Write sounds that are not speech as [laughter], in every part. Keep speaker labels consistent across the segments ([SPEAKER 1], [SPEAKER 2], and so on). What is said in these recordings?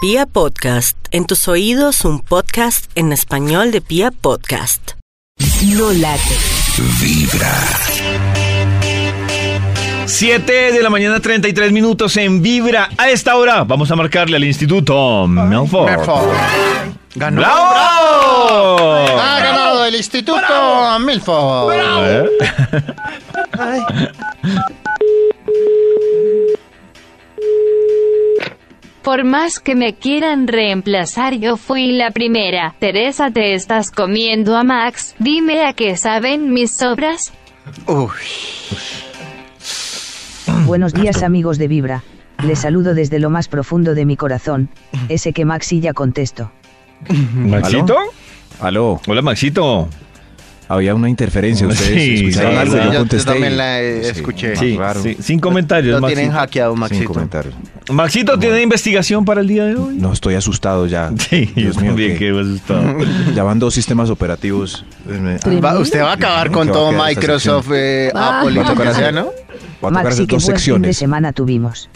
[SPEAKER 1] Pia Podcast, en tus oídos un podcast en español de Pia Podcast.
[SPEAKER 2] No late.
[SPEAKER 3] Vibra.
[SPEAKER 4] 7 de la mañana, 33 minutos en Vibra. A esta hora vamos a marcarle al Instituto Melford.
[SPEAKER 5] Milford. Ganó.
[SPEAKER 4] ¡Bravo!
[SPEAKER 5] Ha ganado el Instituto Milford.
[SPEAKER 6] Por más que me quieran reemplazar, yo fui la primera. Teresa, te estás comiendo a Max. Dime a qué saben mis obras.
[SPEAKER 2] Buenos
[SPEAKER 7] [coughs]
[SPEAKER 2] días amigos de Vibra. Les saludo desde lo más profundo de mi corazón, ese que Maxilla contesto.
[SPEAKER 4] ¿Maxito?
[SPEAKER 7] Aló,
[SPEAKER 4] Hola, Maxito.
[SPEAKER 7] había una interferencia. Ustedes
[SPEAKER 4] Sí,
[SPEAKER 7] escucharon
[SPEAKER 4] sí,
[SPEAKER 7] algo,
[SPEAKER 4] sí,
[SPEAKER 7] yo
[SPEAKER 4] yo-
[SPEAKER 5] yo
[SPEAKER 7] contesté.
[SPEAKER 5] también
[SPEAKER 7] y-
[SPEAKER 5] la, eh, escuché.
[SPEAKER 7] más
[SPEAKER 4] Sí,
[SPEAKER 7] raro.
[SPEAKER 4] sí, sin comentarios,
[SPEAKER 5] Lo
[SPEAKER 4] Maxito.
[SPEAKER 5] tienen hackeado,
[SPEAKER 7] Sin
[SPEAKER 5] Maxito.
[SPEAKER 7] comentario.
[SPEAKER 4] Maxito, ¿tiene investigación para el día de
[SPEAKER 7] [laughs]
[SPEAKER 4] hoy?
[SPEAKER 7] No, estoy asustado ya.
[SPEAKER 4] [laughs] Sí,
[SPEAKER 7] Dios mío,
[SPEAKER 4] también
[SPEAKER 7] que
[SPEAKER 4] quedé
[SPEAKER 7] [laughs]
[SPEAKER 4] asustado.
[SPEAKER 7] ya van dos sistemas operativos. eh, Va
[SPEAKER 5] Va- usted va a acabar
[SPEAKER 7] Sí,
[SPEAKER 5] con
[SPEAKER 7] que va a
[SPEAKER 5] todo
[SPEAKER 7] quedar esta
[SPEAKER 5] Microsoft, eh, Apple y
[SPEAKER 7] Va
[SPEAKER 5] lo
[SPEAKER 7] a tocar
[SPEAKER 5] que sea,
[SPEAKER 7] así.
[SPEAKER 5] ¿no?
[SPEAKER 7] a tocar
[SPEAKER 2] Maxi,
[SPEAKER 7] hacer
[SPEAKER 2] qué buen
[SPEAKER 7] dos
[SPEAKER 2] fin de
[SPEAKER 7] secciones.
[SPEAKER 2] semana tuvimos.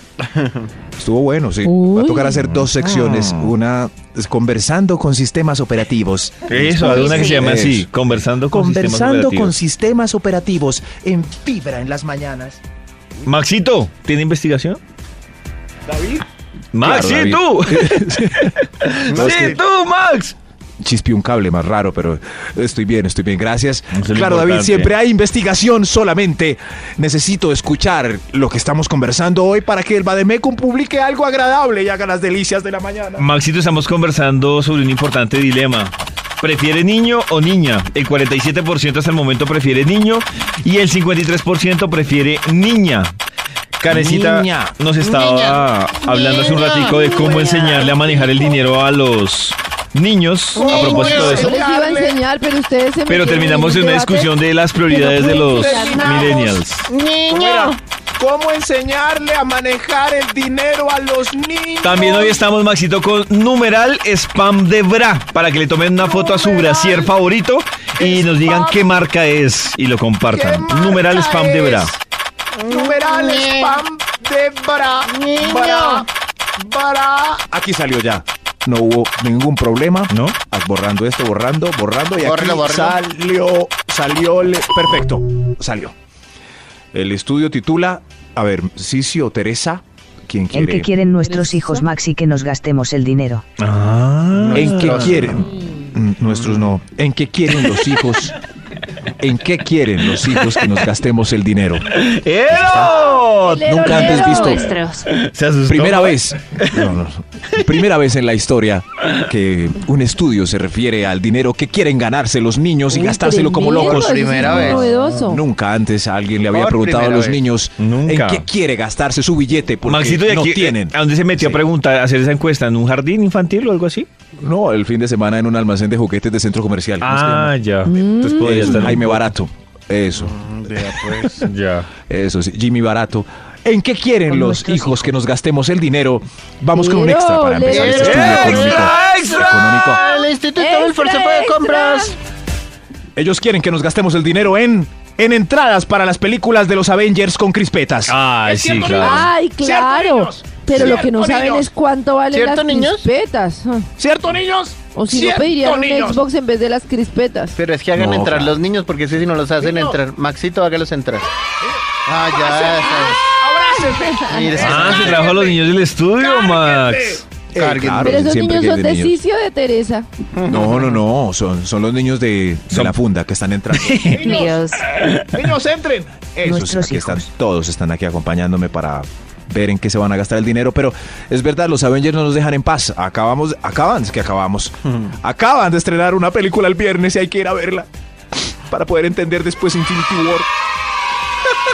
[SPEAKER 7] Estuvo bueno, sí. Va a tocar hacer dos secciones.
[SPEAKER 2] Ah.
[SPEAKER 7] Una es conversando con sistemas operativos.
[SPEAKER 4] Eso, hay una que se llama así, conversando con
[SPEAKER 7] Conversando con
[SPEAKER 4] sistemas operativos.
[SPEAKER 7] sistemas operativos en fibra en las mañanas.
[SPEAKER 4] Maxito, ¿tiene investigación? ¿David? Max,
[SPEAKER 7] Claro,
[SPEAKER 4] sí, tú.
[SPEAKER 7] No,
[SPEAKER 4] [laughs]
[SPEAKER 7] es
[SPEAKER 4] sí,
[SPEAKER 7] que-
[SPEAKER 4] tú, Max.
[SPEAKER 7] Chispi un cable más raro, pero estoy bien, estoy bien, gracias.
[SPEAKER 4] Eso es lo
[SPEAKER 7] claro, David,
[SPEAKER 4] importante.
[SPEAKER 7] siempre hay investigación solamente. Necesito escuchar lo que estamos conversando hoy para que el Bademecum publique algo agradable y haga las delicias de la mañana.
[SPEAKER 4] Maxito, estamos conversando sobre un importante dilema. ¿Prefiere niño o niña? El 47% hasta el momento prefiere niño y el 53% prefiere niña. Carecita
[SPEAKER 7] Niña.
[SPEAKER 4] nos estaba hablando hace un ratico de cómo enseñarle a manejar el dinero a los niños a propósito de
[SPEAKER 8] Yo
[SPEAKER 4] eso.
[SPEAKER 8] les iba a enseñar, pero ustedes se
[SPEAKER 4] Pero
[SPEAKER 8] metieron
[SPEAKER 4] terminamos en una
[SPEAKER 8] debate.
[SPEAKER 4] discusión de las prioridades de los millennials.
[SPEAKER 7] Mira, ¿cómo enseñarle a manejar el dinero a los niños?
[SPEAKER 4] También hoy estamos, Maxito, con numeral spam de bra para que le tomen una foto a su brasier favorito y nos digan qué marca es y lo compartan. Numeral spam de bra.
[SPEAKER 7] Numeral
[SPEAKER 9] Mm,
[SPEAKER 7] spam
[SPEAKER 9] eh.
[SPEAKER 7] de bra, bra, bra. Aquí salió ya. No hubo ningún problema.
[SPEAKER 4] ¿No?
[SPEAKER 7] Ah, Borrando esto, borrando, borrando. Y
[SPEAKER 5] Bórrelo,
[SPEAKER 7] aquí
[SPEAKER 5] bórrelo.
[SPEAKER 7] salió, salió. le- perfecto, salió. El estudio titula, a ver, Cicio, Teresa, ¿quién
[SPEAKER 2] En
[SPEAKER 7] quiere?
[SPEAKER 2] que quieren nuestros hijos Maxi que nos gastemos el dinero.
[SPEAKER 4] Ah.
[SPEAKER 7] ¿En qué quieren? Mm, Nuestros no. ¿En qué quieren los hijos? ¿En qué quieren los hijos que nos gastemos el dinero?
[SPEAKER 4] Eh, ¡Ero!
[SPEAKER 8] Lero,
[SPEAKER 7] Nunca antes
[SPEAKER 8] lero.
[SPEAKER 7] visto.
[SPEAKER 6] Nuestros.
[SPEAKER 4] Se asustó.
[SPEAKER 7] Primera vez. Pues No, no, no. Primera vez en la historia que un estudio se refiere al dinero que quieren ganarse los niños y
[SPEAKER 8] Uy,
[SPEAKER 7] gastárselo como
[SPEAKER 8] tremendo,
[SPEAKER 7] locos.
[SPEAKER 8] eso es
[SPEAKER 5] Primera
[SPEAKER 8] muy
[SPEAKER 5] vez.
[SPEAKER 8] novedoso.
[SPEAKER 7] Nunca antes alguien le había
[SPEAKER 5] Por
[SPEAKER 7] preguntado a
[SPEAKER 5] primera
[SPEAKER 7] los
[SPEAKER 5] vez.
[SPEAKER 7] niños
[SPEAKER 4] Nunca.
[SPEAKER 7] en qué quiere gastarse su billete porque
[SPEAKER 4] Maxito, ¿y
[SPEAKER 7] no
[SPEAKER 4] aquí, eh,
[SPEAKER 7] tienen.
[SPEAKER 4] ¿a dónde se metió a
[SPEAKER 7] Sí.
[SPEAKER 4] preguntar, a hacer esa encuesta? ¿En un jardín infantil o algo así?
[SPEAKER 7] No, el fin de semana en un almacén de juguetes de centro comercial. ¿Cómo se llama?
[SPEAKER 4] Ah, ya. Entonces podría
[SPEAKER 7] Es
[SPEAKER 4] estar.
[SPEAKER 7] Jaime Barato. Eso, pues,
[SPEAKER 5] [laughs]
[SPEAKER 4] Ya.
[SPEAKER 7] eso sí. Jimmy Barato. ¿En qué quieren los hijos, que nos gastemos el dinero? Vamos con un
[SPEAKER 8] Lero,
[SPEAKER 7] extra para empezar
[SPEAKER 8] lero.
[SPEAKER 7] este estudio
[SPEAKER 8] Extra,
[SPEAKER 7] económico. Económico.
[SPEAKER 5] El Instituto
[SPEAKER 8] Extra,
[SPEAKER 5] Milford se fue de
[SPEAKER 8] extra.
[SPEAKER 5] compras.
[SPEAKER 7] Ellos quieren que nos gastemos el dinero en en entradas para las películas de los Avengers con crispetas.
[SPEAKER 4] Ay, sí, claro.
[SPEAKER 8] Ay, claro. Pero lo que no saben es cuánto valen
[SPEAKER 5] ¿Cierto,
[SPEAKER 8] las
[SPEAKER 5] niños?
[SPEAKER 8] crispetas. Ah.
[SPEAKER 7] ¿Cierto, niños?
[SPEAKER 8] O si no pedirían un Xbox en vez de las crispetas.
[SPEAKER 5] Pero es que hagan
[SPEAKER 7] No,
[SPEAKER 5] entrar
[SPEAKER 7] claro.
[SPEAKER 5] los niños, porque si, si no los hacen entrar. Maxito, hágalos entrar. Ah, ya. eso. Mira, es que-
[SPEAKER 4] Ah, se trajo a los niños del estudio, Max.
[SPEAKER 7] Eh,
[SPEAKER 5] Carguen.
[SPEAKER 8] Pero esos
[SPEAKER 7] siempre
[SPEAKER 8] niños
[SPEAKER 7] que
[SPEAKER 8] son de
[SPEAKER 7] de niños.
[SPEAKER 8] Sicio de Teresa.
[SPEAKER 7] No, no, no, son, son los niños de, de
[SPEAKER 4] Son-
[SPEAKER 7] la funda que están [laughs] entrando.
[SPEAKER 6] Dios.
[SPEAKER 7] niños, entren. Esos
[SPEAKER 2] Nuestros
[SPEAKER 7] aquí están,
[SPEAKER 2] hijos.
[SPEAKER 7] todos están aquí acompañándome para ver en qué se van a gastar el dinero, pero es verdad, los Avengers no nos dejan en paz. Acabamos, acaban, es que acabamos. Acaban de estrenar una película el viernes y hay que ir a verla para poder entender después Infinity War.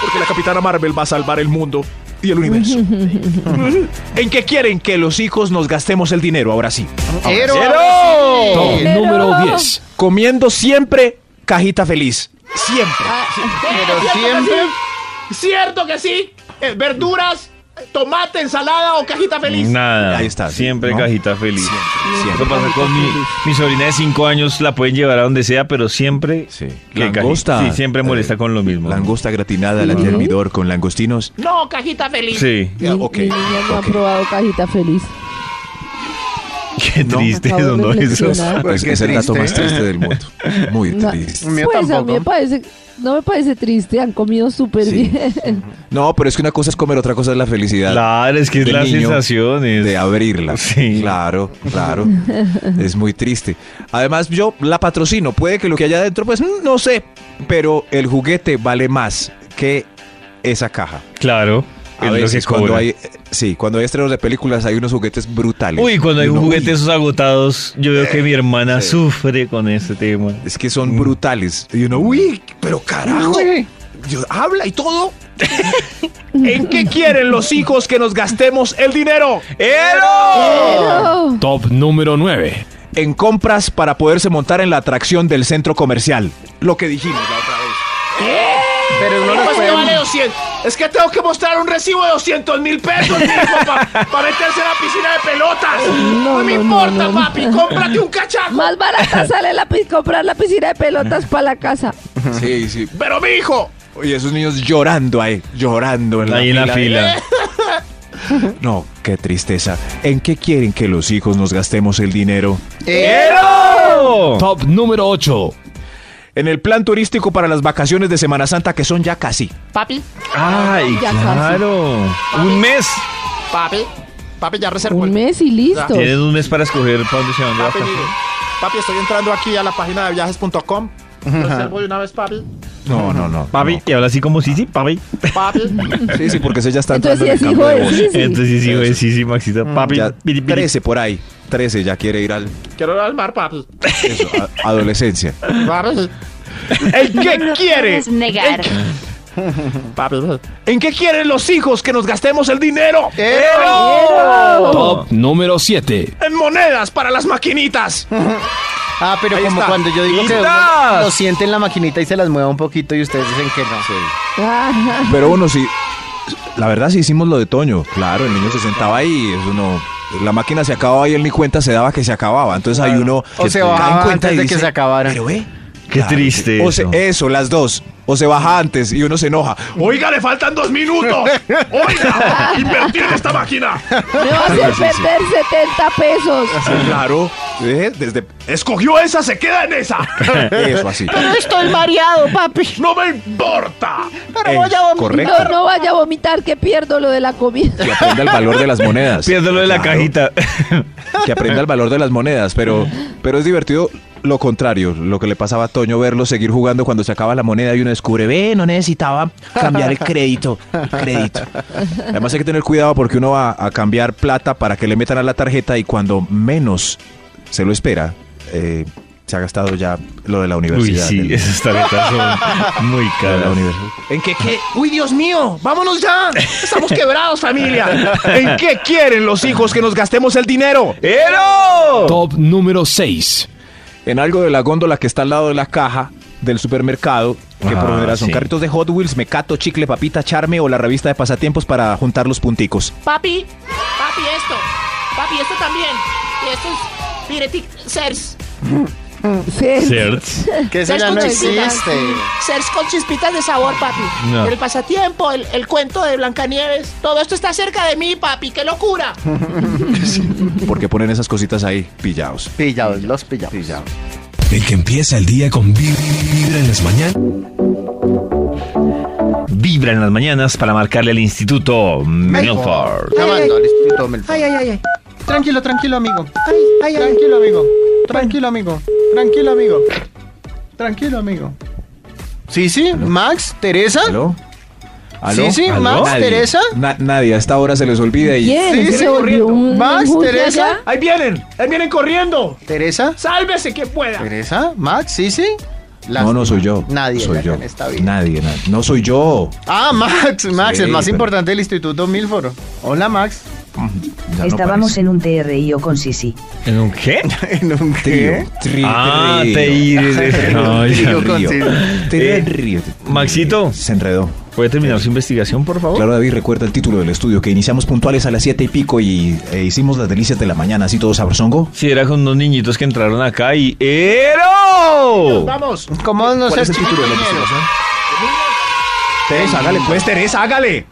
[SPEAKER 7] Porque la Capitana Marvel va a salvar el mundo y el universo. ¿En qué quieren que los hijos nos gastemos el dinero ahora sí?
[SPEAKER 5] ¡Cero!
[SPEAKER 7] Top
[SPEAKER 5] Sí.
[SPEAKER 7] número 10. Comiendo siempre cajita feliz. Siempre.
[SPEAKER 5] Pero siempre.
[SPEAKER 9] Cierto que sí. Eh, Verduras, tomate, ensalada o cajita feliz.
[SPEAKER 4] Nada.
[SPEAKER 7] Ahí está, sí,
[SPEAKER 4] Siempre
[SPEAKER 7] ¿no?
[SPEAKER 4] cajita feliz. Eso
[SPEAKER 7] Siempre.
[SPEAKER 4] pasa con mi, mi sobrina de 5 años, la pueden llevar a donde sea, pero siempre.
[SPEAKER 7] Sí.
[SPEAKER 4] que caji- Sí, siempre molesta
[SPEAKER 7] eh,
[SPEAKER 4] con lo mismo.
[SPEAKER 7] Langosta gratinada, la hervidor con langostinos. Ah,
[SPEAKER 9] No, cajita feliz.
[SPEAKER 4] Sí.
[SPEAKER 8] Mi,
[SPEAKER 7] ok,
[SPEAKER 8] mi niña no ha
[SPEAKER 7] ok.
[SPEAKER 8] probado cajita feliz.
[SPEAKER 4] Qué
[SPEAKER 7] No.
[SPEAKER 4] triste,
[SPEAKER 8] Acabo de
[SPEAKER 4] don Lorenzo.
[SPEAKER 8] reflexionar.
[SPEAKER 7] Pues
[SPEAKER 3] qué
[SPEAKER 7] es el dato
[SPEAKER 3] triste.
[SPEAKER 7] más triste del mundo. [laughs] Muy
[SPEAKER 8] No.
[SPEAKER 7] triste.
[SPEAKER 5] Mío
[SPEAKER 8] pues a mí
[SPEAKER 5] tampoco.
[SPEAKER 8] me parece, no me parece triste, han comido súper
[SPEAKER 7] Sí.
[SPEAKER 8] bien.
[SPEAKER 7] No, pero es que una cosa es comer, otra cosa es la felicidad.
[SPEAKER 4] Claro, es que es
[SPEAKER 7] del
[SPEAKER 4] las
[SPEAKER 7] niño
[SPEAKER 4] sensaciones.
[SPEAKER 7] de abrirla.
[SPEAKER 4] Sí.
[SPEAKER 7] Claro,
[SPEAKER 8] [laughs]
[SPEAKER 7] claro. es muy triste. Además, yo la patrocino. Puede que lo que haya adentro, pues mm, no sé. Pero el juguete vale más que esa caja.
[SPEAKER 4] Claro.
[SPEAKER 7] A
[SPEAKER 4] es lo
[SPEAKER 7] veces
[SPEAKER 4] que
[SPEAKER 7] cuando
[SPEAKER 4] cobra.
[SPEAKER 7] hay, sí, cuando hay estrenos de películas hay unos juguetes brutales.
[SPEAKER 4] Uy, cuando hay
[SPEAKER 7] Y uno,
[SPEAKER 4] juguetes
[SPEAKER 7] uy,
[SPEAKER 4] esos agotados, yo veo que mi hermana
[SPEAKER 7] sí.
[SPEAKER 4] sufre con este tema.
[SPEAKER 7] es que son brutales. Y uno, uy, pero carajo. Yo- habla y todo. [laughs] ¿En qué quieren los hijos que nos gastemos el dinero?
[SPEAKER 5] Ah.
[SPEAKER 8] Pero,
[SPEAKER 10] Top número 9.
[SPEAKER 7] en compras para poderse montar en la atracción del centro comercial. Lo que dijimos la otra vez.
[SPEAKER 5] Pero uno
[SPEAKER 9] No,
[SPEAKER 5] no
[SPEAKER 9] pues que
[SPEAKER 5] puede-
[SPEAKER 9] vale 200. Es que tengo que mostrar un recibo de 200 mil pesos para
[SPEAKER 8] [laughs]
[SPEAKER 9] meterse en la piscina de pelotas. No,
[SPEAKER 8] No,
[SPEAKER 9] me
[SPEAKER 8] no,
[SPEAKER 9] importa,
[SPEAKER 8] no, no.
[SPEAKER 9] papi. Cómprate un cachaco.
[SPEAKER 8] [laughs] [laughs] más
[SPEAKER 7] [laughs]
[SPEAKER 8] barata sale la, pi- comprar la piscina de pelotas para la casa.
[SPEAKER 7] Sí, sí.
[SPEAKER 9] Pero mi hijo.
[SPEAKER 7] Oye, esos niños llorando ahí, llorando en la
[SPEAKER 4] Ahí en
[SPEAKER 7] fila.
[SPEAKER 4] la
[SPEAKER 7] ¿eh?
[SPEAKER 4] fila.
[SPEAKER 7] No, qué tristeza. ¿En qué quieren que los hijos nos gastemos el dinero?
[SPEAKER 4] Oh.
[SPEAKER 10] Top número 8.
[SPEAKER 7] En el plan turístico para las vacaciones de Semana Santa que son ya casi.
[SPEAKER 9] Papi,
[SPEAKER 4] Ay,
[SPEAKER 8] Ya casi.
[SPEAKER 4] claro. Un mes.
[SPEAKER 9] papi, papi, ya reservo.
[SPEAKER 8] Un
[SPEAKER 9] el-
[SPEAKER 8] mes y listo.
[SPEAKER 4] Tienen un mes para escoger para dónde se van
[SPEAKER 7] Ah,
[SPEAKER 4] de
[SPEAKER 9] Papi,
[SPEAKER 4] vacaciones.
[SPEAKER 7] pues,
[SPEAKER 9] mire, papi, estoy entrando aquí a la página de viajes.com. Reservo de una vez, papi.
[SPEAKER 7] No, no, no.
[SPEAKER 4] Papi, y habla así como sí, sí, papi.
[SPEAKER 9] Papi.
[SPEAKER 7] no. Sí, sí, porque ese ya está
[SPEAKER 8] Entonces sí
[SPEAKER 7] entrando en el
[SPEAKER 8] es
[SPEAKER 7] campo
[SPEAKER 8] hijo
[SPEAKER 7] de
[SPEAKER 8] de
[SPEAKER 7] voz.
[SPEAKER 8] sí, sí.
[SPEAKER 4] Entonces sí, sí, güey, sí, sí, Maxito. Papi,
[SPEAKER 7] Mm. Ya
[SPEAKER 4] piri, piri.
[SPEAKER 7] 13 por ahí. 13 ya quiere ir al
[SPEAKER 9] Quiero ir al mar, papi.
[SPEAKER 7] eso, a- adolescencia.
[SPEAKER 9] Papi.
[SPEAKER 7] ¿En
[SPEAKER 6] No lo puedes negar.
[SPEAKER 9] Papi.
[SPEAKER 7] ¿En qué quieren los hijos que nos gastemos el dinero?
[SPEAKER 10] Top número 7.
[SPEAKER 7] En monedas para las maquinitas.
[SPEAKER 5] Ah, pero
[SPEAKER 7] Ahí
[SPEAKER 5] como
[SPEAKER 7] está.
[SPEAKER 5] cuando yo digo que uno
[SPEAKER 7] ¡Quitas!
[SPEAKER 5] lo siente en la maquinita y se las mueva un poquito y ustedes dicen que no.
[SPEAKER 8] Ah,
[SPEAKER 7] Pero bueno, sí. La verdad sí hicimos lo de Toño. Claro, el niño se sentaba ahí, eso no. La máquina se acababa y él ni cuenta se daba que se acababa. Entonces ahí uno
[SPEAKER 5] O
[SPEAKER 7] que
[SPEAKER 5] se
[SPEAKER 7] cae
[SPEAKER 5] bajaba antes de que se acabara.
[SPEAKER 7] Pero ve.
[SPEAKER 4] Qué triste
[SPEAKER 7] O se-
[SPEAKER 4] eso.
[SPEAKER 7] eso, las dos. O se baja antes y uno se enoja.
[SPEAKER 9] Oiga, le faltan dos minutos.
[SPEAKER 7] [laughs]
[SPEAKER 9] Oiga, invertir en esta máquina.
[SPEAKER 8] me va a hacer perder 70 pesos.
[SPEAKER 7] Claro. ¿eh? Desde
[SPEAKER 9] Escogió esa, se queda en esa.
[SPEAKER 7] [laughs] eso así.
[SPEAKER 5] Estoy mareado, papi.
[SPEAKER 9] No me importa.
[SPEAKER 7] Es Eh, correcto.
[SPEAKER 8] No, no vaya a vomitar que pierdo lo de la comida.
[SPEAKER 7] Que aprenda el valor de las monedas.
[SPEAKER 4] Piérdelo de la
[SPEAKER 7] Claro.
[SPEAKER 4] cajita.
[SPEAKER 7] que aprenda el valor de las monedas, pero, pero es divertido lo contrario, lo que le pasaba a Toño verlo seguir jugando cuando se acaba la moneda y uno descubre, ve, no necesitaba cambiar el crédito, el crédito. Además hay que tener cuidado porque uno va a cambiar plata para que le metan a la tarjeta y cuando menos se lo espera, eh, se ha gastado ya lo de la
[SPEAKER 4] Uy,
[SPEAKER 7] universidad.
[SPEAKER 4] sí,
[SPEAKER 7] del-
[SPEAKER 4] esas tarjetas
[SPEAKER 7] [laughs]
[SPEAKER 4] son muy
[SPEAKER 7] eh. de la
[SPEAKER 4] caras.
[SPEAKER 7] universidad.
[SPEAKER 9] ¿En qué qué? Uy, Dios mío, vámonos ya.
[SPEAKER 7] [laughs]
[SPEAKER 9] Estamos quebrados, familia.
[SPEAKER 7] ¿En qué quieren los hijos que nos gastemos el dinero?
[SPEAKER 10] Top número 6.
[SPEAKER 7] en algo de la góndola que está al lado de la caja del supermercado, que por
[SPEAKER 4] Ah,
[SPEAKER 7] lo general son
[SPEAKER 4] sí.
[SPEAKER 7] carritos de Hot Wheels, Mecato, Chicle, Papita, Charme o la revista de pasatiempos para juntar los punticos.
[SPEAKER 11] Papi, papi, esto. Papi, esto también. Y esto es Piretic Sers.
[SPEAKER 8] Sí.
[SPEAKER 4] Certs.
[SPEAKER 5] Que eso
[SPEAKER 11] Ser
[SPEAKER 5] ya no
[SPEAKER 11] consentida.
[SPEAKER 5] existe.
[SPEAKER 11] Sers con chispitas de sabor, papi.
[SPEAKER 4] No.
[SPEAKER 11] El pasatiempo, el, el cuento de Blancanieves. Todo esto está cerca de mí, papi. ¡Qué locura!
[SPEAKER 7] Porque ponen esas cositas ahí, pillados.
[SPEAKER 5] Pillados, los pillados.
[SPEAKER 10] El que empieza el día con vi- vibra en las mañanas.
[SPEAKER 4] Vibra en las mañanas para marcarle al instituto Milford.
[SPEAKER 5] Llamando al Instituto Milford.
[SPEAKER 11] Ay, ay, ay, ay.
[SPEAKER 5] Tranquilo, tranquilo, amigo.
[SPEAKER 11] ay, ay.
[SPEAKER 5] Tranquilo, amigo. Tranquilo, amigo. Tranquilo, amigo. Tranquilo, amigo. Sí, sí, Max, Teresa.
[SPEAKER 7] ¿Aló?
[SPEAKER 5] Sí, sí, Max,
[SPEAKER 7] Nadie.
[SPEAKER 5] Teresa.
[SPEAKER 7] Na- nadie, a esta hora se les olvida y...
[SPEAKER 8] ¿Quién?
[SPEAKER 5] Sí,
[SPEAKER 8] ¿Ese
[SPEAKER 5] sí,
[SPEAKER 8] se volvió un
[SPEAKER 5] Max,
[SPEAKER 8] un juzgue
[SPEAKER 5] Teresa.
[SPEAKER 8] allá?
[SPEAKER 9] Ahí vienen, ahí vienen corriendo.
[SPEAKER 5] Teresa.
[SPEAKER 9] Sálvese quien pueda.
[SPEAKER 5] Teresa, Max, sí, sí.
[SPEAKER 7] No, no soy yo.
[SPEAKER 5] Nadie
[SPEAKER 7] soy
[SPEAKER 5] la
[SPEAKER 7] yo.
[SPEAKER 5] gana esta vida.
[SPEAKER 7] Nadie, nadie. No soy yo.
[SPEAKER 5] Ah, Max, Max,
[SPEAKER 7] Sí,
[SPEAKER 5] el más
[SPEAKER 7] pero-
[SPEAKER 5] importante del Instituto Milford. Hola, Max.
[SPEAKER 7] Ya no
[SPEAKER 2] Estábamos
[SPEAKER 7] parece.
[SPEAKER 2] en un TRIO con Sisi.
[SPEAKER 4] ¿En un qué?
[SPEAKER 5] [laughs] ¿En un
[SPEAKER 7] Trío. Trío.
[SPEAKER 4] Ah, te
[SPEAKER 7] trío. [laughs]
[SPEAKER 4] ir. No,
[SPEAKER 5] Trío
[SPEAKER 4] ya.
[SPEAKER 5] con- sí.
[SPEAKER 4] Eh,
[SPEAKER 7] Trío.
[SPEAKER 4] Maxito. ¿Oh?
[SPEAKER 7] Se enredó.
[SPEAKER 4] ¿Puede terminar su investigación, por favor?
[SPEAKER 7] Claro, David, recuerda el título del estudio, que iniciamos puntuales a las 7 y pico y e hicimos las delicias de la mañana, así todo sabrosongo.
[SPEAKER 4] Si era con unos niñitos que entraron acá y... ¡Ero!
[SPEAKER 9] Vamos.
[SPEAKER 5] ¿Cómo no seas chiquitiñero?
[SPEAKER 7] Teresa, hágale, pues, Teresa, hágale.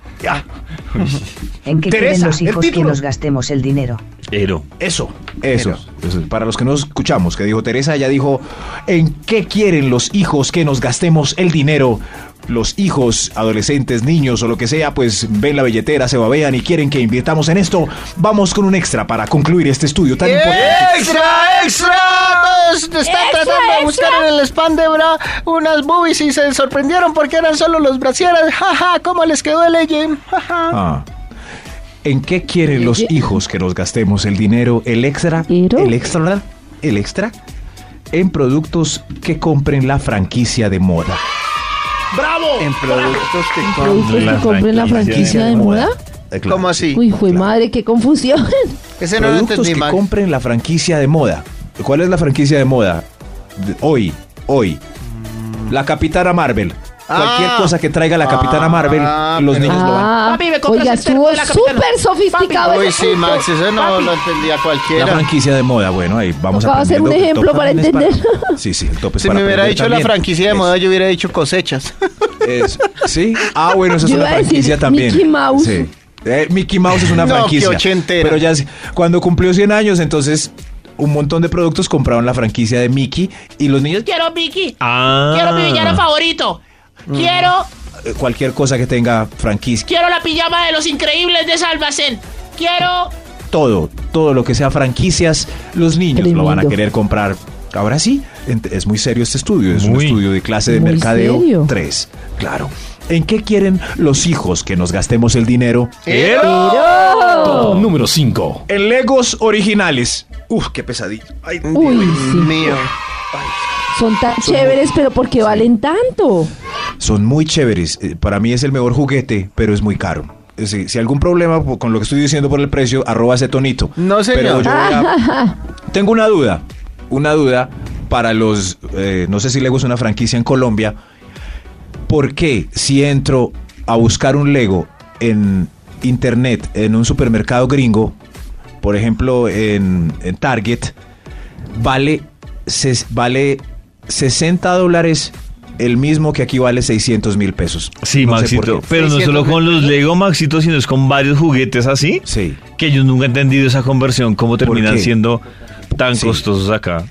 [SPEAKER 2] ¿En qué quieren
[SPEAKER 9] Teresa,
[SPEAKER 2] los
[SPEAKER 9] el
[SPEAKER 2] hijos que
[SPEAKER 9] título.
[SPEAKER 2] nos gastemos el dinero?
[SPEAKER 4] Ero.
[SPEAKER 9] Eso.
[SPEAKER 7] Eso. Entonces, Para los que no escuchamos, que dijo Teresa, ella dijo, ¿en qué quieren los hijos que nos gastemos el dinero? Los hijos, adolescentes, niños o lo que sea, pues ven la billetera, se babean y quieren que invirtamos en esto. Vamos con un extra para concluir este estudio tan importante.
[SPEAKER 5] ¡Extra, extra! Todos están tratando de buscar en el spam de bra unas boobies y se sorprendieron porque eran solo los brasieras. ¡Ja, ja! ¿Cómo les quedó el legend? ¡Ja, ja!
[SPEAKER 7] Ah. ¿En qué quieren los hijos que nos gastemos el dinero, el extra,
[SPEAKER 8] ¿Ero?
[SPEAKER 7] el extra, el extra? En productos que compren la franquicia de moda.
[SPEAKER 9] ¡Bravo!
[SPEAKER 5] En productos que
[SPEAKER 8] ¿Productos
[SPEAKER 4] La
[SPEAKER 8] que compren la
[SPEAKER 4] franquicia
[SPEAKER 8] franquicia
[SPEAKER 4] de
[SPEAKER 8] de moda?
[SPEAKER 7] Eh,
[SPEAKER 5] compran. ¿Cómo así?
[SPEAKER 8] Uy, fue madre, qué confusión.
[SPEAKER 5] Ese no lo
[SPEAKER 7] productos
[SPEAKER 5] entendí,
[SPEAKER 7] que
[SPEAKER 5] Max.
[SPEAKER 7] compren la franquicia de moda. ¿Cuál es la franquicia de moda? De- hoy, hoy. La Capitana Marvel.
[SPEAKER 5] Ah.
[SPEAKER 7] Cualquier cosa que traiga la Capitana
[SPEAKER 5] Ah,
[SPEAKER 7] Marvel, los
[SPEAKER 5] pero-
[SPEAKER 7] niños lo van.
[SPEAKER 8] Ah,
[SPEAKER 11] Papi, me compras
[SPEAKER 8] oiga,
[SPEAKER 11] el terno
[SPEAKER 8] estuvo
[SPEAKER 11] de la capitana.
[SPEAKER 8] súper sofisticado
[SPEAKER 11] Papi,
[SPEAKER 5] Uy,
[SPEAKER 8] ese
[SPEAKER 5] sí,
[SPEAKER 8] punto.
[SPEAKER 5] Max, eso no
[SPEAKER 11] Papi.
[SPEAKER 5] lo entendía
[SPEAKER 7] La
[SPEAKER 5] cualquiera.
[SPEAKER 7] franquicia de moda, bueno, ahí vamos
[SPEAKER 8] Tocaba
[SPEAKER 7] a
[SPEAKER 8] hacer un ejemplo para entender.
[SPEAKER 7] Sí, sí, el tope es
[SPEAKER 5] Si
[SPEAKER 7] para
[SPEAKER 5] me hubiera
[SPEAKER 7] aprender
[SPEAKER 5] dicho la
[SPEAKER 7] también.
[SPEAKER 5] franquicia de
[SPEAKER 7] Es-
[SPEAKER 5] moda, yo hubiera dicho cosechas.
[SPEAKER 7] es- sí. Ah, bueno, esa es
[SPEAKER 8] Yo
[SPEAKER 7] una
[SPEAKER 8] iba a decir
[SPEAKER 7] franquicia también.
[SPEAKER 8] Mickey Mouse.
[SPEAKER 7] Sí. Eh, Mickey Mouse es una
[SPEAKER 5] [laughs] No, qué
[SPEAKER 7] franquicia.
[SPEAKER 5] ochentera.
[SPEAKER 7] Pero ya es- cuando cumplió 100 años, entonces un montón de productos compraron la franquicia de Mickey y los niños
[SPEAKER 11] Quiero Vicky.
[SPEAKER 4] Ah.
[SPEAKER 11] Quiero mi villano favorito.
[SPEAKER 7] Mm.
[SPEAKER 5] Mm.
[SPEAKER 11] Quiero,
[SPEAKER 7] eh, cualquier cosa que tenga franquicia,
[SPEAKER 11] quiero la pijama de los increíbles de Salvacen. Quiero.
[SPEAKER 7] todo, todo lo que sea franquicias, los niños lo van a
[SPEAKER 8] Tremendo.
[SPEAKER 7] querer comprar. Ahora sí, ent- es muy serio este estudio, es un
[SPEAKER 4] Muy.
[SPEAKER 7] estudio de clase de
[SPEAKER 8] Muy
[SPEAKER 7] mercadeo
[SPEAKER 8] serio.
[SPEAKER 7] 3, claro. ¿En qué quieren los hijos que nos gastemos el dinero?
[SPEAKER 5] [laughs]
[SPEAKER 10] Top número 5.
[SPEAKER 7] En Legos originales. Uf, qué pesadilla. Ay,
[SPEAKER 8] Uy, sí.
[SPEAKER 5] Mío.
[SPEAKER 8] Son tan chéveres, pero ¿por qué valen tanto?
[SPEAKER 7] son muy chéveres. Eh, Para mí es el mejor juguete, pero es muy caro. Eh, Si, si algún problema po- con lo que estoy diciendo por el precio, arroba ese tonito.
[SPEAKER 5] No,
[SPEAKER 7] Pero
[SPEAKER 5] señor.
[SPEAKER 7] yo voy a- Tengo una duda. Una duda para los. eh, no sé si Lego es una franquicia en Colombia. ¿Por qué si entro a buscar un Lego en internet, en un supermercado gringo, por ejemplo en, en Target, vale, ses- vale 60 dólares el mismo que aquí vale 600 mil pesos?
[SPEAKER 4] Sí,
[SPEAKER 7] No sé por
[SPEAKER 4] Maxito.
[SPEAKER 7] qué.
[SPEAKER 4] Pero no solo con los Lego, Maxito, sino es con varios juguetes así.
[SPEAKER 7] Sí.
[SPEAKER 4] Que yo nunca he entendido esa conversión, cómo terminan
[SPEAKER 7] qué?
[SPEAKER 4] siendo tan
[SPEAKER 7] Sí.
[SPEAKER 4] costosos acá.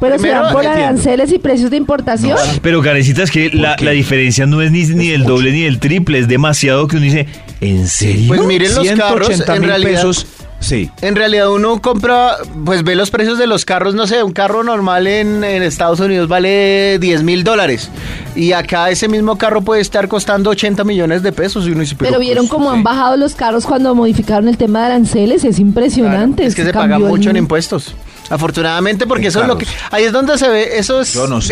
[SPEAKER 8] Pero se
[SPEAKER 5] Primero,
[SPEAKER 8] dan por
[SPEAKER 5] entiendo.
[SPEAKER 8] aranceles y precios de importación.
[SPEAKER 4] Pero, Karencita, es que la,
[SPEAKER 7] qué?
[SPEAKER 4] la diferencia no es ni, ni el doble ni el triple, es demasiado que uno dice, ¿en serio?
[SPEAKER 5] Pues miren los carros,
[SPEAKER 7] 180
[SPEAKER 5] en
[SPEAKER 7] mil
[SPEAKER 5] realidad.
[SPEAKER 7] pesos. Sí.
[SPEAKER 5] En realidad uno compra, pues ve los precios de los carros, no sé, un carro normal en, en Estados Unidos vale 10 mil dólares. Y acá ese mismo carro puede estar costando 80 millones de pesos. Y uno dice,
[SPEAKER 8] Pero, vieron
[SPEAKER 5] pues,
[SPEAKER 8] cómo han
[SPEAKER 5] sí.
[SPEAKER 8] bajado los carros cuando modificaron el tema de aranceles, es
[SPEAKER 5] Claro,
[SPEAKER 8] impresionante.
[SPEAKER 5] es que se paga
[SPEAKER 8] cambió el-
[SPEAKER 5] mucho en impuestos. Afortunadamente, porque
[SPEAKER 7] En
[SPEAKER 5] eso es lo que.
[SPEAKER 7] carros.
[SPEAKER 5] Ahí es donde se ve, eso es
[SPEAKER 7] Yo no sé.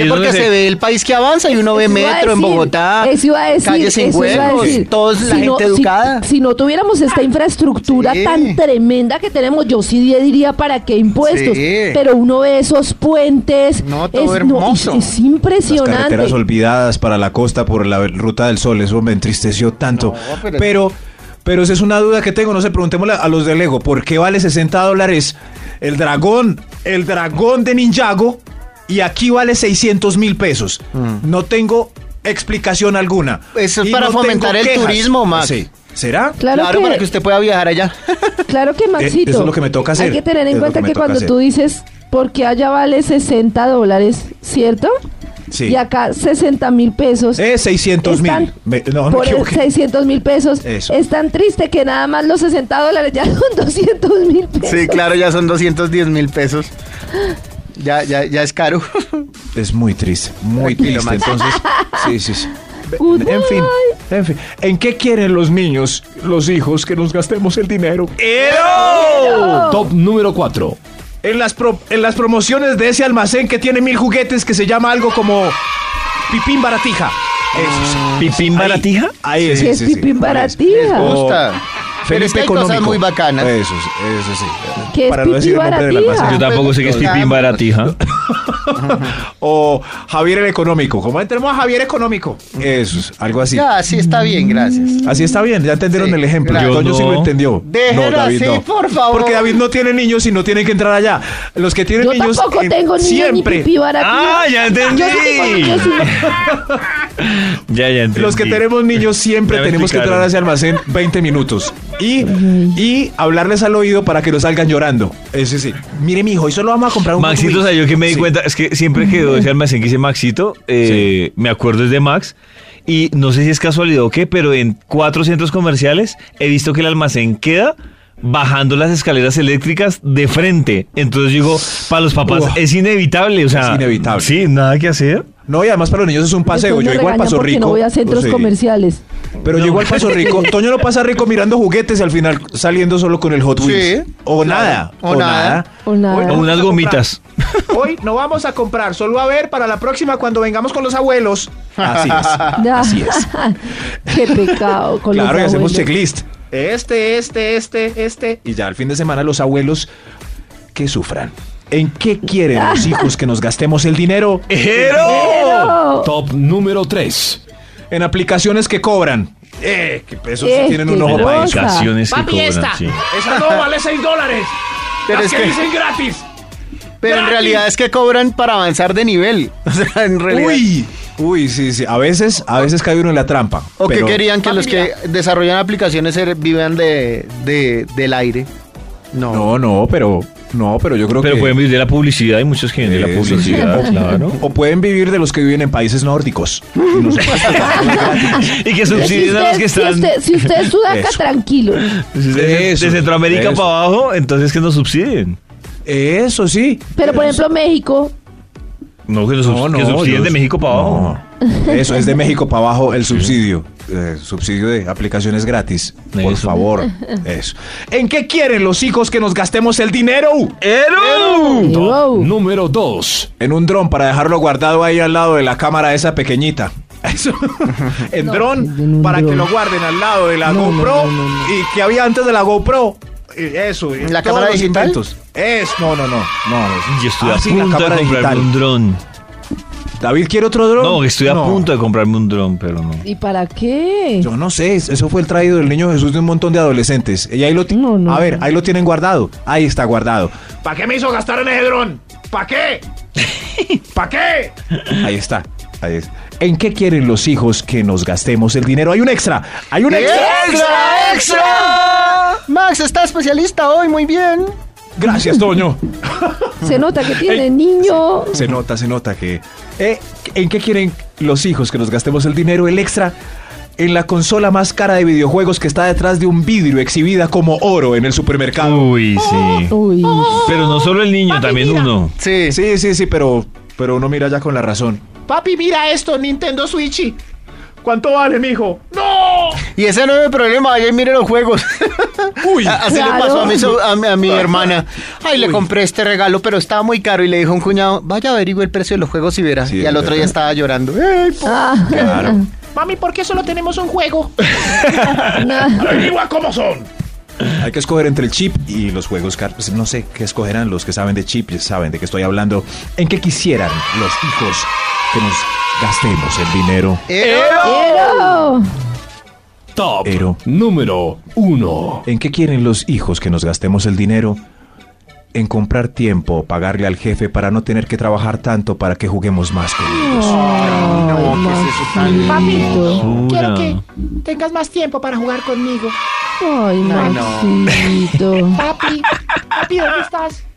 [SPEAKER 4] Entonces, ahí es
[SPEAKER 5] porque
[SPEAKER 4] donde
[SPEAKER 5] se...
[SPEAKER 4] se-
[SPEAKER 5] ve el país que avanza y uno ve
[SPEAKER 8] Eso iba a
[SPEAKER 5] metro en
[SPEAKER 8] decir,
[SPEAKER 5] Bogotá,
[SPEAKER 8] eso iba a decir,
[SPEAKER 5] calles sin
[SPEAKER 8] eso iba a
[SPEAKER 5] huecos,
[SPEAKER 8] decir.
[SPEAKER 5] todos la
[SPEAKER 8] Si no-
[SPEAKER 5] gente
[SPEAKER 8] si-
[SPEAKER 5] educada.
[SPEAKER 8] Si, no tuviéramos esta infraestructura
[SPEAKER 5] Sí.
[SPEAKER 8] tan tremenda que tenemos, yo sí diría para qué impuestos.
[SPEAKER 5] Sí.
[SPEAKER 8] Pero uno ve esos puentes.
[SPEAKER 5] No, todo
[SPEAKER 8] es,
[SPEAKER 5] hermoso.
[SPEAKER 8] es
[SPEAKER 7] Las
[SPEAKER 8] impresionante.
[SPEAKER 7] carreteras olvidadas para la costa por la ruta del sol, eso me entristeció tanto.
[SPEAKER 5] No, pero-
[SPEAKER 7] pero... pero esa es una duda que tengo, no sé, preguntémosle a los de Lego, ¿por qué vale 60 dólares el dragón, el dragón de Ninjago y aquí vale 600 mil pesos? No tengo explicación alguna.
[SPEAKER 5] Mm. Eso es
[SPEAKER 7] Y
[SPEAKER 5] para
[SPEAKER 7] no
[SPEAKER 5] fomentar
[SPEAKER 7] tengo
[SPEAKER 5] el turismo, Max.
[SPEAKER 7] Sí. ¿Será?
[SPEAKER 8] Claro,
[SPEAKER 5] claro,
[SPEAKER 8] que,
[SPEAKER 5] para que usted pueda viajar allá.
[SPEAKER 8] claro que Maxito.
[SPEAKER 7] Eh, eso es lo que me toca hacer,
[SPEAKER 8] Hay que tener
[SPEAKER 7] es
[SPEAKER 8] en
[SPEAKER 7] lo
[SPEAKER 8] cuenta
[SPEAKER 7] que me
[SPEAKER 8] que,
[SPEAKER 7] toca
[SPEAKER 8] cuando
[SPEAKER 7] hacer.
[SPEAKER 8] tú dices, porque allá vale 60 dólares, ¿cierto?
[SPEAKER 7] Sí.
[SPEAKER 8] Y acá 60 mil pesos.
[SPEAKER 7] Eh, 600 mil.
[SPEAKER 8] Están
[SPEAKER 7] Me- No, me
[SPEAKER 8] por el
[SPEAKER 7] equivoqué.
[SPEAKER 8] 600 mil pesos.
[SPEAKER 7] Eso.
[SPEAKER 8] Es tan triste que nada más los 60 dólares ya son 200 mil pesos.
[SPEAKER 5] Sí,
[SPEAKER 8] [laughs]
[SPEAKER 5] claro, ya son 210 mil pesos. Ya, ya, ya es caro.
[SPEAKER 7] Es muy triste, muy
[SPEAKER 5] Tranquilo,
[SPEAKER 7] triste.
[SPEAKER 5] Max.
[SPEAKER 7] Entonces,
[SPEAKER 5] [laughs]
[SPEAKER 7] sí, sí, sí.
[SPEAKER 8] Goodbye.
[SPEAKER 7] En fin, en fin. ¿En qué quieren los niños, los hijos, que nos gastemos el dinero?
[SPEAKER 10] Top número 4.
[SPEAKER 7] En las, pro- en las promociones de ese almacén que tiene mil juguetes que se llama algo como Pipín Baratija. Eso sí.
[SPEAKER 4] ¿Pipín
[SPEAKER 7] Ahí,
[SPEAKER 4] baratija?
[SPEAKER 7] Ahí,
[SPEAKER 8] Que
[SPEAKER 7] Ah, sí,
[SPEAKER 8] es
[SPEAKER 7] sí, sí.
[SPEAKER 8] pipín
[SPEAKER 5] Les
[SPEAKER 8] baratija.
[SPEAKER 5] gusta. Pero es que hay cosas muy bacanas.
[SPEAKER 7] Eso, sí, eso sí.
[SPEAKER 8] ¿Qué es pipí
[SPEAKER 7] el nombre del
[SPEAKER 8] baratija?
[SPEAKER 7] almacén.
[SPEAKER 4] Yo tampoco sé qué es pipín baratija.
[SPEAKER 7] O Javier el Económico. ¿Cómo entremos a Javier Económico? Eso, es, algo así.
[SPEAKER 5] Ya, así está bien, gracias.
[SPEAKER 7] Así está bien, ya entendieron
[SPEAKER 5] Sí,
[SPEAKER 7] el ejemplo.
[SPEAKER 5] claro.
[SPEAKER 7] Toño
[SPEAKER 4] Yo
[SPEAKER 7] sí
[SPEAKER 4] no.
[SPEAKER 7] lo entendió.
[SPEAKER 5] Déjelo así, por favor.
[SPEAKER 7] Porque David no tiene niños y no tiene que entrar allá. Los que tienen
[SPEAKER 8] Yo
[SPEAKER 7] niños
[SPEAKER 8] tampoco
[SPEAKER 7] en-
[SPEAKER 8] tengo niños
[SPEAKER 7] siempre.
[SPEAKER 8] ni pipí baratija.
[SPEAKER 4] ¡Ah, ya entendí!
[SPEAKER 8] Yo sí tengo
[SPEAKER 4] [laughs]
[SPEAKER 8] niños y no-
[SPEAKER 4] Ya, ya entendí.
[SPEAKER 7] los que tenemos niños siempre
[SPEAKER 4] Ya me
[SPEAKER 7] tenemos que
[SPEAKER 4] explicaron.
[SPEAKER 7] entrar a ese almacén 20 minutos. Y, y hablarles al oído para que no salgan llorando. Ese sí. Mire, mijo, hoy solo vamos a comprar un
[SPEAKER 4] Maxito, o
[SPEAKER 7] Hot
[SPEAKER 4] sea, yo
[SPEAKER 7] Wheels.
[SPEAKER 4] que me di
[SPEAKER 7] Sí.
[SPEAKER 4] cuenta, es que siempre que doy ese almacén que dice Maxito, eh, me acuerdo es de Max, y no sé si es casualidad o qué, pero en cuatro centros comerciales he visto que el almacén queda bajando las escaleras eléctricas de frente. Entonces digo, para los papás
[SPEAKER 7] Uf.
[SPEAKER 4] es inevitable, o sea.
[SPEAKER 7] Es inevitable.
[SPEAKER 4] Sí, nada que hacer.
[SPEAKER 7] No, y además para los niños es un paseo.
[SPEAKER 8] Después
[SPEAKER 7] Yo
[SPEAKER 8] me
[SPEAKER 7] igual
[SPEAKER 8] regañan
[SPEAKER 7] paso
[SPEAKER 8] porque
[SPEAKER 7] rico.
[SPEAKER 8] No voy a centros
[SPEAKER 7] Sí.
[SPEAKER 8] comerciales.
[SPEAKER 7] Pero yo igual paso
[SPEAKER 8] [laughs]
[SPEAKER 7] rico. Toño lo pasa rico mirando juguetes y al final saliendo solo con el Hot Wheels.
[SPEAKER 5] Sí,
[SPEAKER 7] o
[SPEAKER 5] claro.
[SPEAKER 7] nada.
[SPEAKER 5] O nada.
[SPEAKER 8] O nada.
[SPEAKER 9] Hoy
[SPEAKER 4] O
[SPEAKER 9] no
[SPEAKER 4] unas
[SPEAKER 9] vamos a
[SPEAKER 4] gomitas.
[SPEAKER 9] comprar. Hoy no vamos a comprar, solo a ver para la próxima cuando vengamos con los abuelos.
[SPEAKER 7] Así es.
[SPEAKER 8] [laughs] Ya.
[SPEAKER 7] Ah, Así es.
[SPEAKER 8] Ah. Qué pecado con los
[SPEAKER 7] Claro, y hacemos
[SPEAKER 8] abuelos.
[SPEAKER 7] checklist.
[SPEAKER 9] Este, este, este, este.
[SPEAKER 7] Y ya al fin de semana los abuelos que sufran. ¿En qué quieren
[SPEAKER 8] [laughs]
[SPEAKER 7] los hijos que nos gastemos el dinero?
[SPEAKER 8] Pero-
[SPEAKER 10] Top número 3.
[SPEAKER 7] En aplicaciones que cobran. Eh, que pesos
[SPEAKER 8] Eh,
[SPEAKER 7] tienen
[SPEAKER 8] qué
[SPEAKER 7] un ojo
[SPEAKER 4] En
[SPEAKER 7] para
[SPEAKER 8] cosa.
[SPEAKER 7] eso.
[SPEAKER 4] aplicaciones que
[SPEAKER 11] Papi,
[SPEAKER 4] cobran,
[SPEAKER 11] esta.
[SPEAKER 4] sí.
[SPEAKER 9] Esa no vale 6 dólares.
[SPEAKER 5] Pero
[SPEAKER 9] Las
[SPEAKER 5] es
[SPEAKER 9] que,
[SPEAKER 5] que-
[SPEAKER 9] dicen gratis.
[SPEAKER 5] Pero en
[SPEAKER 9] Gratis.
[SPEAKER 5] realidad es que cobran para avanzar de nivel. [laughs] O sea, en realidad.
[SPEAKER 7] Uy, uy, sí, sí. A veces, a veces cae uno en la trampa.
[SPEAKER 5] O
[SPEAKER 7] pero-
[SPEAKER 5] que querían que
[SPEAKER 9] Papi,
[SPEAKER 5] los que desarrollan aplicaciones er- vivan de, de- del aire. No.
[SPEAKER 7] No, no, pero, no, pero yo creo
[SPEAKER 4] Pero
[SPEAKER 7] que.
[SPEAKER 4] pueden vivir de la publicidad, hay muchos que viven de la
[SPEAKER 7] Eso sí. [laughs]
[SPEAKER 4] publicidad, claro.
[SPEAKER 7] O pueden vivir de los que viven en países nórdicos. Y nosotros-
[SPEAKER 4] Y que
[SPEAKER 8] Si
[SPEAKER 4] subsidien a los
[SPEAKER 8] usted,
[SPEAKER 4] que están.
[SPEAKER 8] si usted, si usted es sudaca,
[SPEAKER 7] Eso.
[SPEAKER 8] tranquilo.
[SPEAKER 4] de- de,
[SPEAKER 7] Eso,
[SPEAKER 4] Centroamérica
[SPEAKER 7] eso.
[SPEAKER 4] para abajo, entonces que nos subsidien.
[SPEAKER 7] Eso sí.
[SPEAKER 8] Pero pues- por ejemplo, México,
[SPEAKER 4] No, que, los subs- que subsidien
[SPEAKER 7] yo-
[SPEAKER 4] de México para abajo.
[SPEAKER 7] No. Eso es de México para abajo el subsidio. Eh, subsidio de aplicaciones gratis. Por
[SPEAKER 4] Eso. [laughs]
[SPEAKER 7] favor. Eso. ¿En qué quieren los hijos que nos gastemos el dinero?
[SPEAKER 8] eh, wow.
[SPEAKER 10] Número 2.
[SPEAKER 7] En un dron para dejarlo guardado ahí al lado de la cámara esa pequeñita. [laughs]
[SPEAKER 5] [laughs]
[SPEAKER 7] Eso. En
[SPEAKER 8] en
[SPEAKER 7] dron
[SPEAKER 8] un
[SPEAKER 7] para que
[SPEAKER 8] dron.
[SPEAKER 7] lo guarden al lado de la GoPro y que había antes de la GoPro. Eh, Eso. eh,
[SPEAKER 5] ¿La
[SPEAKER 7] todos
[SPEAKER 5] cámara
[SPEAKER 7] los
[SPEAKER 5] digital?
[SPEAKER 7] intentos. Es, no, no, no. no
[SPEAKER 4] Yo estoy
[SPEAKER 7] Ah,
[SPEAKER 4] a
[SPEAKER 7] sí, la
[SPEAKER 4] punto de
[SPEAKER 7] cámara
[SPEAKER 4] comprarme
[SPEAKER 7] digital.
[SPEAKER 4] un dron.
[SPEAKER 7] David quiere otro dron.
[SPEAKER 4] No, que estoy a
[SPEAKER 7] No.
[SPEAKER 4] punto de comprarme un dron, pero no.
[SPEAKER 8] ¿Y para qué?
[SPEAKER 7] Yo no sé, es- eso fue el traído del niño Jesús de un montón de adolescentes. Y ahí lo ti-
[SPEAKER 8] No, no,
[SPEAKER 7] A ver,
[SPEAKER 8] no.
[SPEAKER 7] ahí lo tienen guardado. Ahí está guardado.
[SPEAKER 9] ¿Para qué me hizo gastar en ese dron? ¿Para qué? ¿Para qué?
[SPEAKER 7] Ahí está. Ahí es. ¿En qué quieren los hijos que nos gastemos el dinero? Hay un extra. Hay un extra.
[SPEAKER 5] ¡Extra, extra! Max está especialista hoy, muy bien.
[SPEAKER 7] Gracias, Toño.
[SPEAKER 8] Se nota que tiene niño.
[SPEAKER 7] Se nota, se nota que... Eh, ¿En qué quieren los hijos que nos gastemos el dinero? El extra en la consola más cara de videojuegos que está detrás de un vidrio exhibida como oro en el supermercado.
[SPEAKER 4] Uy, sí.
[SPEAKER 8] Uy.
[SPEAKER 4] Pero no solo el niño, también uno.
[SPEAKER 5] Sí.
[SPEAKER 7] Sí, sí, sí, pero, pero uno mira ya con la razón.
[SPEAKER 9] Papi, mira esto, Nintendo Switch. ¿Cuánto vale, mijo? ¡No!
[SPEAKER 5] Y ese no es el problema, vaya y mire los juegos.
[SPEAKER 7] [laughs] Uy.
[SPEAKER 5] A- Así
[SPEAKER 8] Claro.
[SPEAKER 5] le pasó a mi, so- a mi- a mi hermana. Ay, le compré este regalo, pero estaba muy caro. Y le dijo a un cuñado, vaya averigüe el precio de los juegos y verás.
[SPEAKER 7] Sí,
[SPEAKER 5] y al
[SPEAKER 7] es
[SPEAKER 5] otro
[SPEAKER 7] verdad.
[SPEAKER 5] día estaba llorando. Ay, po-
[SPEAKER 8] Ah,
[SPEAKER 7] Claro.
[SPEAKER 9] Mami, ¿por qué solo tenemos un juego?
[SPEAKER 8] na-
[SPEAKER 9] Averigua cómo son.
[SPEAKER 7] Hay que escoger entre el chip y los juegos car- pues, No sé qué escogerán los que saben de chip, ya saben de qué estoy hablando. ¿En qué quisieran los hijos que nos gastemos el dinero?
[SPEAKER 8] quiero.
[SPEAKER 10] Top
[SPEAKER 7] Pero-
[SPEAKER 10] número 1.
[SPEAKER 7] ¿En qué quieren los hijos que nos gastemos el dinero? En comprar tiempo, pagarle al jefe para no tener que trabajar tanto para que juguemos más con ellos.
[SPEAKER 5] No, ¿qué es eso tan
[SPEAKER 9] Papi,
[SPEAKER 4] Una.
[SPEAKER 9] quiero que tengas más tiempo para jugar conmigo.
[SPEAKER 8] Ay, Maxito.
[SPEAKER 9] Papi, papi, ¿dónde estás?